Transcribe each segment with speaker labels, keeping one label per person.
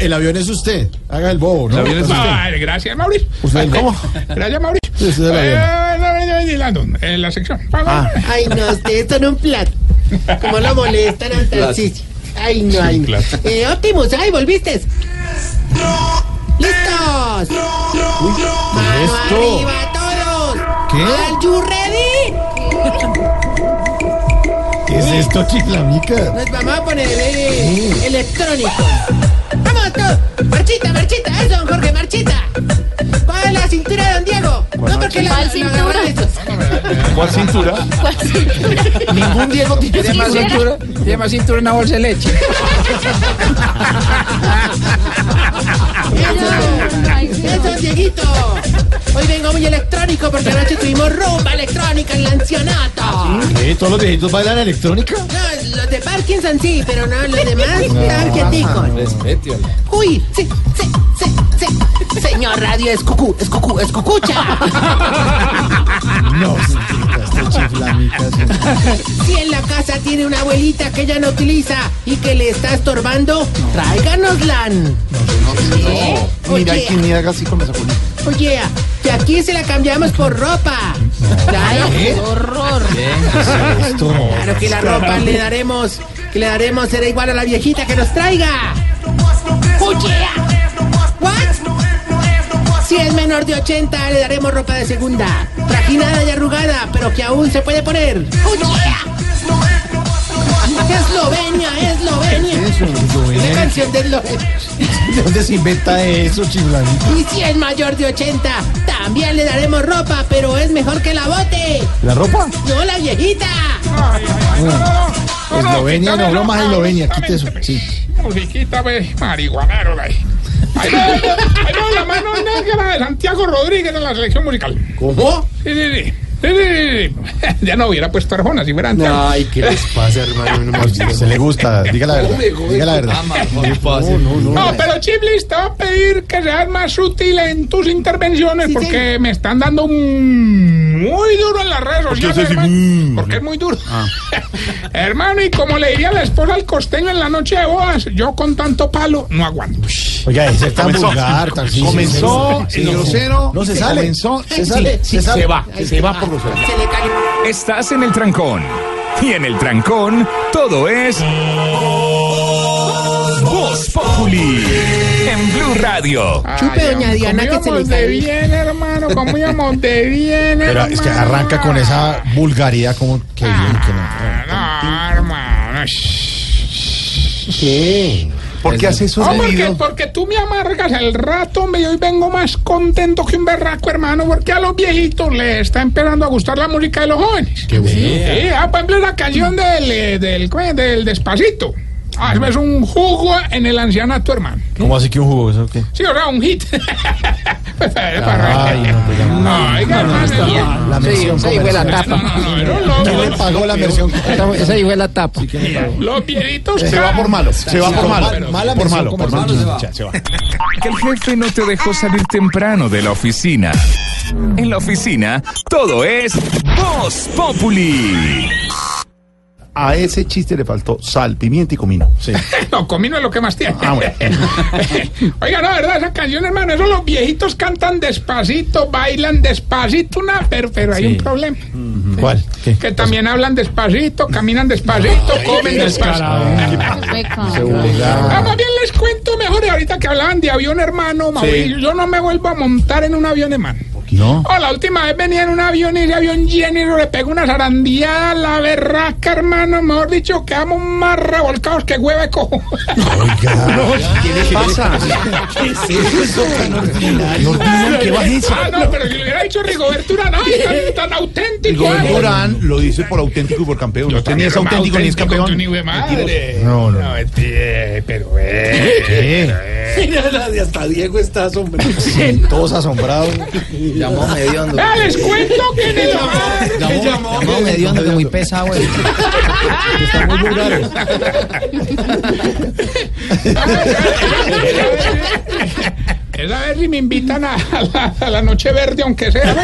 Speaker 1: El avión es usted. Haga el bobo, ¿no?
Speaker 2: La viene
Speaker 1: Entonces,
Speaker 2: Ah, gracias, Mauricio.
Speaker 1: ¿Usted cómo?
Speaker 2: Gracias, Mauricio.
Speaker 1: Sí, usted la Ah,
Speaker 2: Eh, no, no, no, hilando, En la sección.
Speaker 3: Ay, no, ustedes son un plato. ¿Cómo lo molestan al Tarcisio? Ay, no, ay, no.
Speaker 2: plato.
Speaker 3: Eh, Optimus, ay, volviste. ¡Listos! ¡Mano
Speaker 1: esto?
Speaker 3: arriba, todos!
Speaker 1: ¿Qué?
Speaker 3: ¡Are you ready?
Speaker 1: ¿Qué es esto, chiflamica?
Speaker 3: Nos vamos a poner eh, electrónicos. ¡Vamos, todos! ¡Marchita, marchita! ¡Eso, don Jorge, marchita! ¡Con la cintura de don Diego! No, porque la,
Speaker 4: ¿Cuál
Speaker 3: la- la agarran
Speaker 4: cintura?
Speaker 3: estos.
Speaker 2: ¿Cuál cintura?
Speaker 1: Ningún Diego tiene
Speaker 2: Tiene más
Speaker 1: cintura.
Speaker 2: cintura. Tiene más cintura una bolsa de leche.
Speaker 3: ¡Eso, Dieguito! Hoy vengo muy electrónico porque anoche tuvimos rumba electrónica en el ancianato.
Speaker 1: ¿Qué? ¿Todos los viejitos bailan electrónica?
Speaker 3: No, los de Parkinson sí, pero no, los demás están quieticos. Uy, sí, sí, sí, sí. Señor Radio, es cucú, es cucú, es cucucha.
Speaker 1: No, señorita, este chiflamica. sí.
Speaker 3: Si en la casa tiene una abuelita que ella no utiliza y que le está estorbando, tráiganosla. Mira, ¿quién
Speaker 1: niega así con esa política?
Speaker 3: Oye, que aquí se la cambiamos por ropa. Claro.
Speaker 4: Horror.
Speaker 3: ¿Eh?
Speaker 1: Esto no.
Speaker 3: Claro que la ropa le daremos, que le daremos será igual a la viejita que nos traiga. ¡Oye! ¿What? Si es menor de 80, le daremos ropa de segunda, trajinada y arrugada, pero que aún se puede poner. ¡Oye! Eslovenia, Eslovenia. Una
Speaker 1: Eslovenia.
Speaker 3: canción de Eslovenia.
Speaker 1: ¿De dónde se inventa eso, chiflamica?
Speaker 3: Y si es mayor de 80, también le daremos ropa, pero es mejor que la bote,
Speaker 1: ¿La ropa?
Speaker 3: no la viejita.
Speaker 1: Eslovenia, no, no más Eslovenia, quite eso. Sí.
Speaker 2: Musiquita, pues, marihuanero, ahí. Ahí va, ahí va, ahí va la mano negra de Santiago Rodríguez en la selección musical.
Speaker 1: ¿Cómo?
Speaker 2: Sí, sí, sí. Sí, sí, sí, sí. Ya no hubiera puesto Arjona si fuera Santiago.
Speaker 5: Ay, ¿qué les pasa, hermano? No más
Speaker 1: Se le gusta, diga la verdad. Diga la verdad.
Speaker 5: pasa? No, no,
Speaker 2: No, pero Chiblis, te va a pedir que seas más sutil en tus intervenciones porque me están dando un- muy duro en las redes sociales, hermano. Porque es muy duro.
Speaker 1: Ah.
Speaker 2: hermano, y como le diría la esposa al costeño en la noche de bodas, yo con tanto palo no aguanto.
Speaker 1: Oiga, ese está vulgar, Tarcisio.
Speaker 5: Comenzó
Speaker 1: Sí,
Speaker 5: el
Speaker 1: sí.
Speaker 5: grosero.
Speaker 1: No se sale.
Speaker 5: Comenzó.
Speaker 1: Se sale. Se sale.
Speaker 5: Se va por los
Speaker 3: Se le cayó.
Speaker 6: Estás en el trancón. Y en el trancón, todo es. Voz Populi. En Blue Radio.
Speaker 5: Ah,
Speaker 2: Ay,
Speaker 3: Chupe, doña
Speaker 2: hombre,
Speaker 3: Diana,
Speaker 2: ¿cómo
Speaker 3: que se le
Speaker 2: íbamos
Speaker 3: cae.
Speaker 2: de bien, hermano, como íbamos de bien,
Speaker 1: Pero es que
Speaker 2: hermano.
Speaker 1: arranca con esa vulgaridad como que bien, que no.
Speaker 2: Ah, No, hermano.
Speaker 5: ¿Qué? ¿Por qué hace eso?
Speaker 2: No, Ah, porque, porque tú me amargas el rato, hombre, y hoy vengo más contento que un berraco, hermano, porque a los viejitos les está empezando a gustar la música de los jóvenes. Qué bueno. Sí, ah, por ejemplo, la canción del, eh, del, ¿cómo es? del Despacito. Ah, eso es un jugo en el ancianato, hermano.
Speaker 1: ¿Cómo así que un jugo? ¿Eso qué?
Speaker 2: Sí, o sea, un hit. Pues, eh, para-
Speaker 1: Ay, no, pues ya no.
Speaker 2: No, oiga, hermano,
Speaker 1: La, la mención
Speaker 4: sí, fue la
Speaker 1: comercial.
Speaker 2: no, no, no, era un
Speaker 1: ¿Quién
Speaker 2: loco.
Speaker 1: le pagó la mención?
Speaker 4: Esa ahí fue la tapa.
Speaker 2: Los viejitos
Speaker 1: Se va por malo. Se va por malo.
Speaker 5: Mala
Speaker 1: por
Speaker 5: mención
Speaker 1: malo. Por malo.
Speaker 5: comercial.
Speaker 1: Se va. Se va.
Speaker 6: Que el jefe no te dejó salir temprano de la oficina. En la oficina, todo es. Voz Populi.
Speaker 5: A ese chiste le faltó sal, pimienta y comino.
Speaker 1: Sí.
Speaker 2: No, comino es lo que más tiene.
Speaker 5: Ah, bueno.
Speaker 2: Oiga, no, verdad, esa canción, hermano, eso los viejitos cantan despacito, bailan despacito, una, pero, pero hay un problema.
Speaker 5: Mm.
Speaker 1: ¿Cuál? ¿Qué?
Speaker 2: Que también hablan despacito, caminan despacito, comen despacito. Ah, más bien les cuento mejor, y ahorita que hablaban de avión, hermano, Mauricio, yo no me vuelvo a montar en un avión, hermano. ¿Por qué?
Speaker 1: No.
Speaker 2: O la última vez venía en un avión y ese avión lleno y le pegó una zarandeada a la berraca, hermano. Mejor dicho, quedamos más revolcados que hueva de cojo.
Speaker 1: No digan que baje eso.
Speaker 2: Ah, no, pero si le hubiera dicho Rigoberto Urán, ay, tan, tan auténtico.
Speaker 5: Igor
Speaker 2: ay.
Speaker 5: Durán lo dice por auténtico y por campeón. No tenía ese
Speaker 2: Pero más
Speaker 5: auténtico ni es
Speaker 2: auténtico que
Speaker 5: campeón.
Speaker 2: un hijo de madre.
Speaker 1: No, no.
Speaker 2: No, este, eh, pero eh,
Speaker 1: ¿Qué?
Speaker 7: hasta Diego está asombrado.
Speaker 1: Todos asombrados.
Speaker 7: Llamó mediondo.
Speaker 2: ah, les cuento que en el hogar
Speaker 7: Llamó mediondo que muy pesado. eh.
Speaker 1: Están muy vulgares.
Speaker 2: Es a ver si me invitan a, a la, a la noche verde, aunque sea.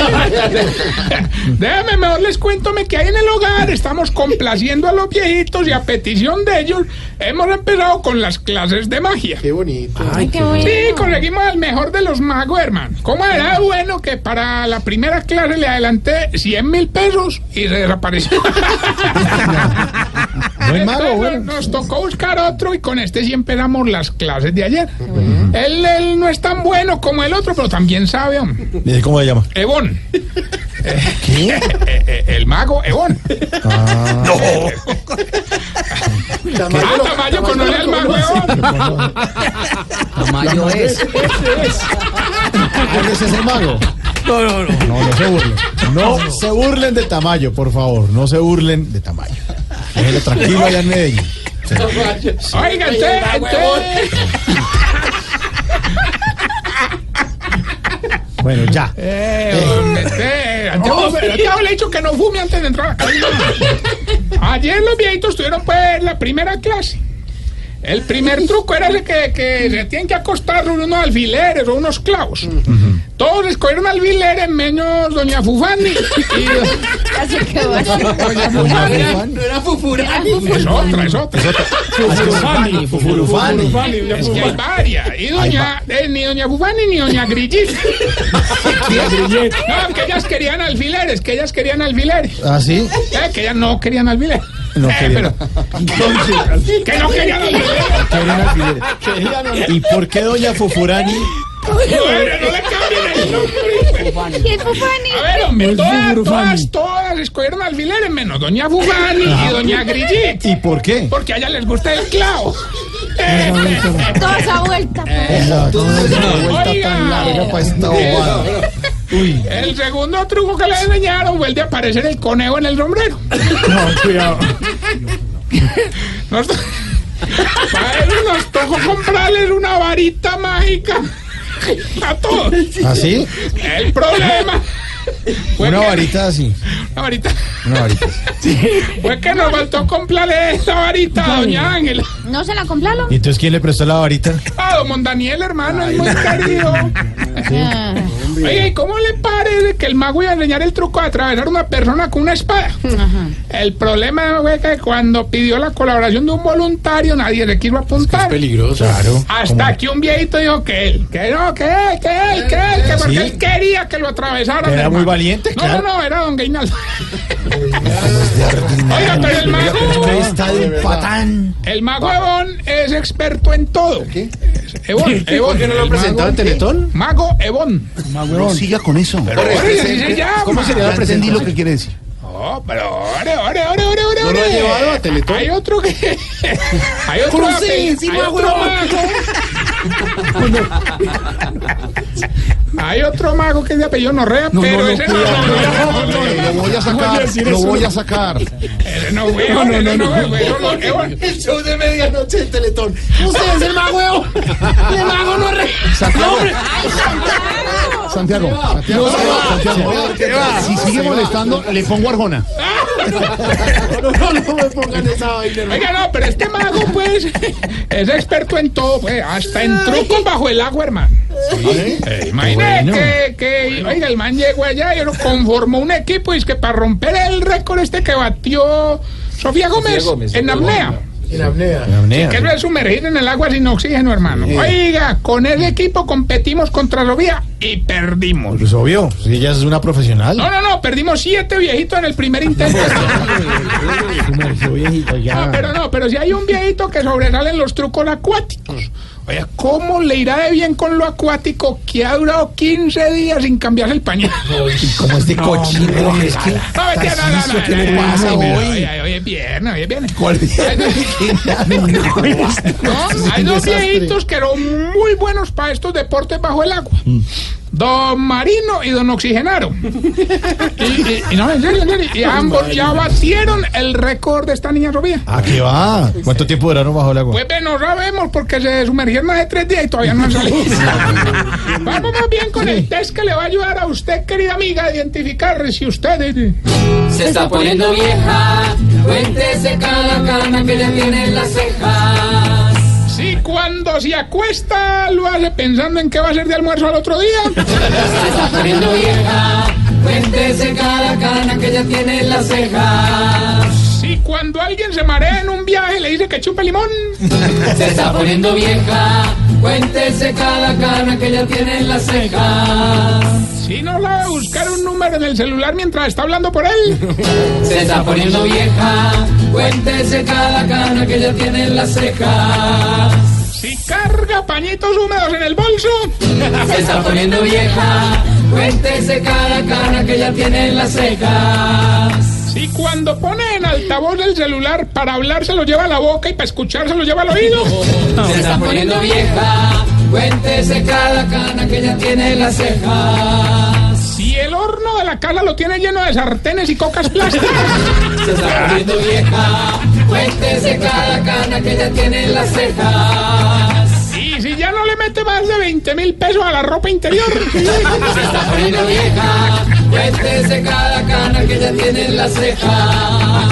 Speaker 2: Déjame, mejor les cuento me que hay en el hogar. Estamos complaciendo a los viejitos y a petición de ellos hemos empezado con las clases de magia.
Speaker 7: Qué bonito.
Speaker 2: Sí, conseguimos al mejor de los magos, hermano. ¿Cómo era bueno que para la primera clase le adelanté 100 mil pesos y se desapareció?
Speaker 1: No es malo,
Speaker 2: Entonces,
Speaker 1: bueno.
Speaker 2: Nos tocó buscar otro y con este sí empezamos las clases de ayer. Él, él no es tan bueno como el otro, pero también sabe, hombre.
Speaker 1: ¿Y ¿Cómo se llama?
Speaker 2: Ebon. Eh, eh, el mago Ebon. Ah, Tamayo conoce al mago Ebon.
Speaker 7: Tamayo es.
Speaker 1: ¿Cuál es Ah, ese mago? No, no, no. No, no se burlen. No se burlen de Tamayo, por favor. No se burlen de Tamayo. Déjelo tranquilo allá en Medellín.
Speaker 2: Oiga, usted, usted.
Speaker 1: Bueno, ya.
Speaker 2: Eh, hombre, eh, Santiago, Santiago le he dicho que no fume antes de entrar. Ayer los viejitos tuvieron pues la primera clase. El primer truco era ese que, que se tienen que acostar unos alfileres o unos clavos. Todos escogieron alfileres menos doña Fufani. Y
Speaker 7: No era fufura.
Speaker 2: es pues, otra, es otra.
Speaker 1: Fufurufani, Fufurufani.
Speaker 2: Es que hay varias. Y doña, eh, ni doña Fufani ni doña Grillit. No, que ellas querían alfileres, que ellas querían alfileres.
Speaker 1: ¿Ah, sí?
Speaker 2: Eh, que ellas no querían alfiler.
Speaker 1: No
Speaker 2: Eh,
Speaker 1: querían.
Speaker 2: pero- que no querían alfiler.
Speaker 1: Querían alfileres. ¿Y por qué doña Fufurani?
Speaker 2: No, eh, no le cambien el nombre. A ver, hombre, todas, todas, todas escogieron alfileres, menos doña Bugani
Speaker 1: Ah.
Speaker 2: y doña Grillit.
Speaker 1: ¿Y por qué?
Speaker 2: Porque a ellas les gusta el clavo. Eh,
Speaker 8: Toda esa vuelta. pues.
Speaker 1: Esa vuelta
Speaker 2: Oiga.
Speaker 1: tan larga para esta bobada. Uy,
Speaker 2: eh, el segundo truco que le enseñaron fue el de aparecer el conejo en el sombrero.
Speaker 1: no, cuidado.
Speaker 2: Nos to- Padre, nos tocó comprarles una varita mágica a todos.
Speaker 1: ¿Así?
Speaker 2: El problema. fue
Speaker 1: Una
Speaker 2: que-
Speaker 1: varita así.
Speaker 2: Una varita.
Speaker 1: Una varita.
Speaker 2: Fue que nos faltó comprarle esa varita a doña Ángela.
Speaker 8: No se la compraron.
Speaker 1: ¿Y entonces quién le prestó la varita?
Speaker 2: A Ah, don Mondaniel, hermano, es muy querido. Oye, ¿y cómo le parece que el mago iba a enseñar el truco de atravesar una persona con una espada? El problema fue que cuando pidió la colaboración de un voluntario, nadie le quiso apuntar.
Speaker 7: Peligroso. Claro.
Speaker 2: Hasta que un viejito dijo que él, que no, que él, que él, que él, que porque
Speaker 1: Sí.
Speaker 2: él quería que lo atravesaran.
Speaker 1: Era muy
Speaker 2: hermano.
Speaker 1: valiente,
Speaker 2: No, no,
Speaker 1: claro.
Speaker 2: no, era don Gainaldo. Oiga, pero el mago,
Speaker 1: Está de un patán.
Speaker 2: el mago Ebon es experto en todo. ¿Qué? Ebon, Ebon.
Speaker 7: ¿Por qué no lo
Speaker 2: el
Speaker 7: han presentado en Teletón?
Speaker 2: Mago Ebon.
Speaker 5: No siga con eso.
Speaker 2: Ore, así se llama.
Speaker 5: ¿Cómo se le da? Pretendí lo que quiere decir.
Speaker 2: No, Oh, pero ore, ore, ore, ore, ore.
Speaker 7: ¿No lo ha
Speaker 2: ore.
Speaker 7: llevado a Teletón?
Speaker 2: Hay otro que... hay otro
Speaker 7: Crucé
Speaker 2: ape-
Speaker 7: encima,
Speaker 2: hay otro
Speaker 7: huevón.
Speaker 2: mago. Hay otro mago que es de apellido Norrea, pero ese no, no, no, no,
Speaker 5: Lo
Speaker 2: no.
Speaker 5: voy a sacar. Lo voy a sacar.
Speaker 2: Eh, No, güey, no, no, no, no, güey, no, no, güey.
Speaker 7: El show de medianoche en Teletón. Usted es el más huevo. El mago no re.
Speaker 5: Santiago. Santiago. Santiago. Si sigue molestando, le pongo Arjona.
Speaker 7: No, no, no me pongan esa vaina.
Speaker 2: Oiga, no, pero este mago, pues, es experto en todo, pues, hasta en trucos bajo el agua, hermano. Eh, imagínate que, que, oiga, el man llegó allá y lo conformó un equipo y es que para romper el récord este que batió Sofía Gómez,
Speaker 7: Gómez,
Speaker 2: en
Speaker 7: Sofía
Speaker 2: apnea.
Speaker 7: En apnea.
Speaker 2: Que no es sumergir en el agua sin oxígeno, hermano. Oiga, con ese equipo competimos contra Sofía y perdimos.
Speaker 1: Pues obvio, si ella es una profesional.
Speaker 2: No, no, no, perdimos siete viejitos en el primer intento.
Speaker 1: Sumergió viejito, ya.
Speaker 5: Ah.
Speaker 2: No, Ah, pero no, pero si hay un viejito que sobresale en los trucos acuáticos. Oye, ¿cómo le irá de bien con lo acuático que ha durado 15 días sin cambiarse el pañuelo?
Speaker 5: Como este cochino, es que.
Speaker 2: No, mentira, no, no,
Speaker 5: Tarcisio,
Speaker 2: no,
Speaker 5: ¿qué le
Speaker 2: no,
Speaker 5: pasa
Speaker 2: no, no,
Speaker 5: hoy?
Speaker 2: Oye, oye, bien, oye, bien.
Speaker 5: ¿Cuál
Speaker 2: No, hay dos viejitos que eran muy buenos para estos deportes bajo el agua.
Speaker 5: Mm.
Speaker 2: Don Marino y Don Oxigenaro. Y, y- y no, en serio, en serio, y ambos ya batieron el récord de esta niña Sofía.
Speaker 1: ¿A qué va? ¿Cuánto tiempo duraron bajo el agua?
Speaker 2: Pues bien, no sabemos porque se sumergieron hace tres días y todavía no han salido. Vamos más bien con el test que le va a ayudar a usted, querida amiga, a identificar si usted... eh,
Speaker 9: Se está poniendo vieja, cuéntese cada cana que le tiene en las cejas.
Speaker 2: Si cuando se acuesta lo hace pensando en qué va a ser de almuerzo al otro día.
Speaker 9: Se está poniendo vieja, cuéntese cada cana que ya tiene en las cejas.
Speaker 2: Si cuando alguien se marea en un viaje le dice que chupe limón.
Speaker 9: Se está poniendo vieja, cuéntese cada cana que ya tiene en las cejas.
Speaker 2: Si no la va a buscar un número en el celular mientras está hablando por él.
Speaker 9: Se está poniendo vieja, cuéntese cada cana que ya tiene en las cejas.
Speaker 2: Si carga pañitos húmedos en el bolso.
Speaker 9: Se está poniendo vieja, cuéntese cada cana que ya tiene en las cejas.
Speaker 2: Si cuando pone en altavoz el celular para hablar se lo lleva a la boca y para escuchar se lo lleva al oído.
Speaker 9: Se está poniendo vieja, cuéntese cada cana que ya tiene en las cejas.
Speaker 2: Si el horno de la casa lo tiene lleno de sartenes y cocas plásticas.
Speaker 9: Se está poniendo vieja, cuéntese cada cana que ya tiene en las cejas.
Speaker 2: Y si ya no le mete más de 20 mil pesos a la ropa interior.
Speaker 9: Se está poniendo vieja, cuéntese cada cana que ya tiene en las cejas.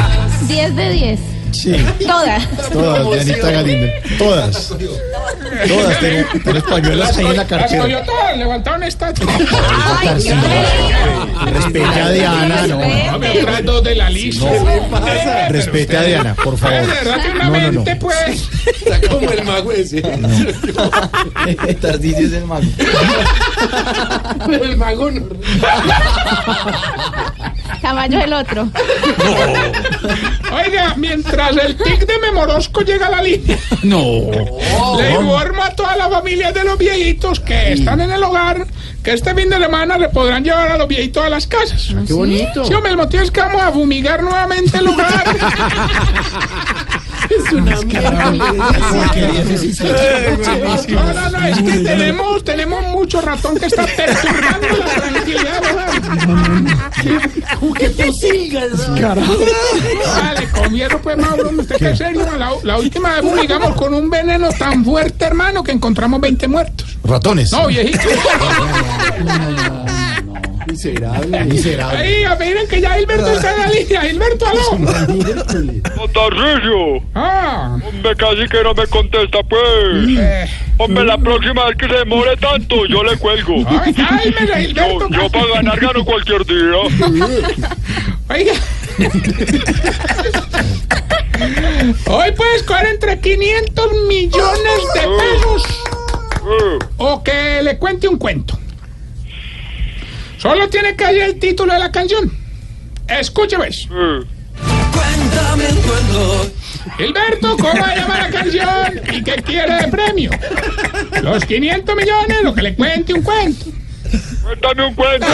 Speaker 8: 10 de 10.
Speaker 1: Sí,
Speaker 8: Todas.
Speaker 1: todas, Dianita Galindo. Todas. Todas tienen tienen españolas ahí en la
Speaker 2: Las
Speaker 1: cartera.
Speaker 2: Toyotas levantaron estatua.
Speaker 8: Ay, qué
Speaker 1: Respeta a Diana, no.
Speaker 2: No me otras dos de la lista. pasa?
Speaker 1: Respeta a Diana, por favor.
Speaker 2: Rápidamente,
Speaker 1: No, no, no.
Speaker 2: pues.
Speaker 7: Está como el mago ese.
Speaker 5: Tarcisio es el mago.
Speaker 7: El mago no.
Speaker 8: Tamaño el otro.
Speaker 2: Oiga, mientras el tic de Memorosco llega a la línea, le informo a toda la familia de los viejitos que están en el hogar que este fin de semana le podrán llevar a los viejitos a las casas.
Speaker 3: Ah, Qué bonito.
Speaker 2: Sí, hombre, el motivo es que vamos a fumigar nuevamente el hogar. Eh, No, no, no, es que tenemos, tenemos mucho ratón que está perturbando la tranquilidad. Vale, comieron pues, Mauro, usted que es serio. La, la última vez fumigamos con un veneno tan fuerte, hermano, que encontramos 20 muertos.
Speaker 1: Ratones.
Speaker 2: No, viejito.
Speaker 5: Miserable, miserable.
Speaker 2: Ahí, a- miren que ya Gilberto está en la línea. Gilberto, aló.
Speaker 10: Tarrillo,
Speaker 2: Ah,
Speaker 10: hombre, casi que no me contesta, pues.
Speaker 2: eh,
Speaker 10: Hombre, la próxima vez que se demore tanto, yo le cuelgo.
Speaker 2: ay, cálmese, Gilberto.
Speaker 10: Yo, yo para ganar gano cualquier día.
Speaker 2: Oiga. Hoy pues, puedes coger entre 500 millones de pesos
Speaker 10: Eh,
Speaker 2: o que le cuente un cuento. Solo tiene que hallar el título de la canción. pues. Escúchame.
Speaker 10: eh.
Speaker 9: Cuéntame un cuento.
Speaker 2: Gilberto, ¿cómo se llama la canción? ¿Y qué quiere de premio? Los 500 millones, lo que le cuente un cuento.
Speaker 10: Cuéntame un cuento.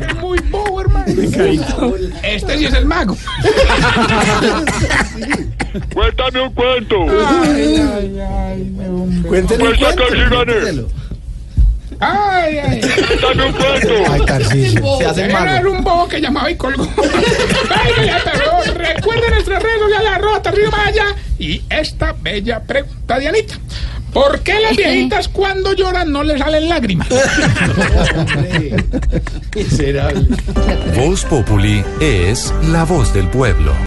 Speaker 2: Es muy bobo, hermano. Este sí es el mago.
Speaker 10: Cuéntame un cuento.
Speaker 5: Cuéntelo,
Speaker 2: Pues
Speaker 10: Cuenta que sí gané.
Speaker 2: Ay, ay.
Speaker 10: Cuéntame un
Speaker 1: Ay,
Speaker 10: cuento.
Speaker 1: Tarcisio.
Speaker 5: Se hace el
Speaker 2: Era
Speaker 5: mago.
Speaker 2: un bobo que llamaba y colgó. Váigale, pero recuerden nuestras redes sociales, arroba Tarcillo Maya. Y esta bella pregunta, Dianita. ¿Por qué las viejitas cuando lloran no les salen lágrimas?
Speaker 5: Miserable.
Speaker 11: Voz Populi es la voz del pueblo.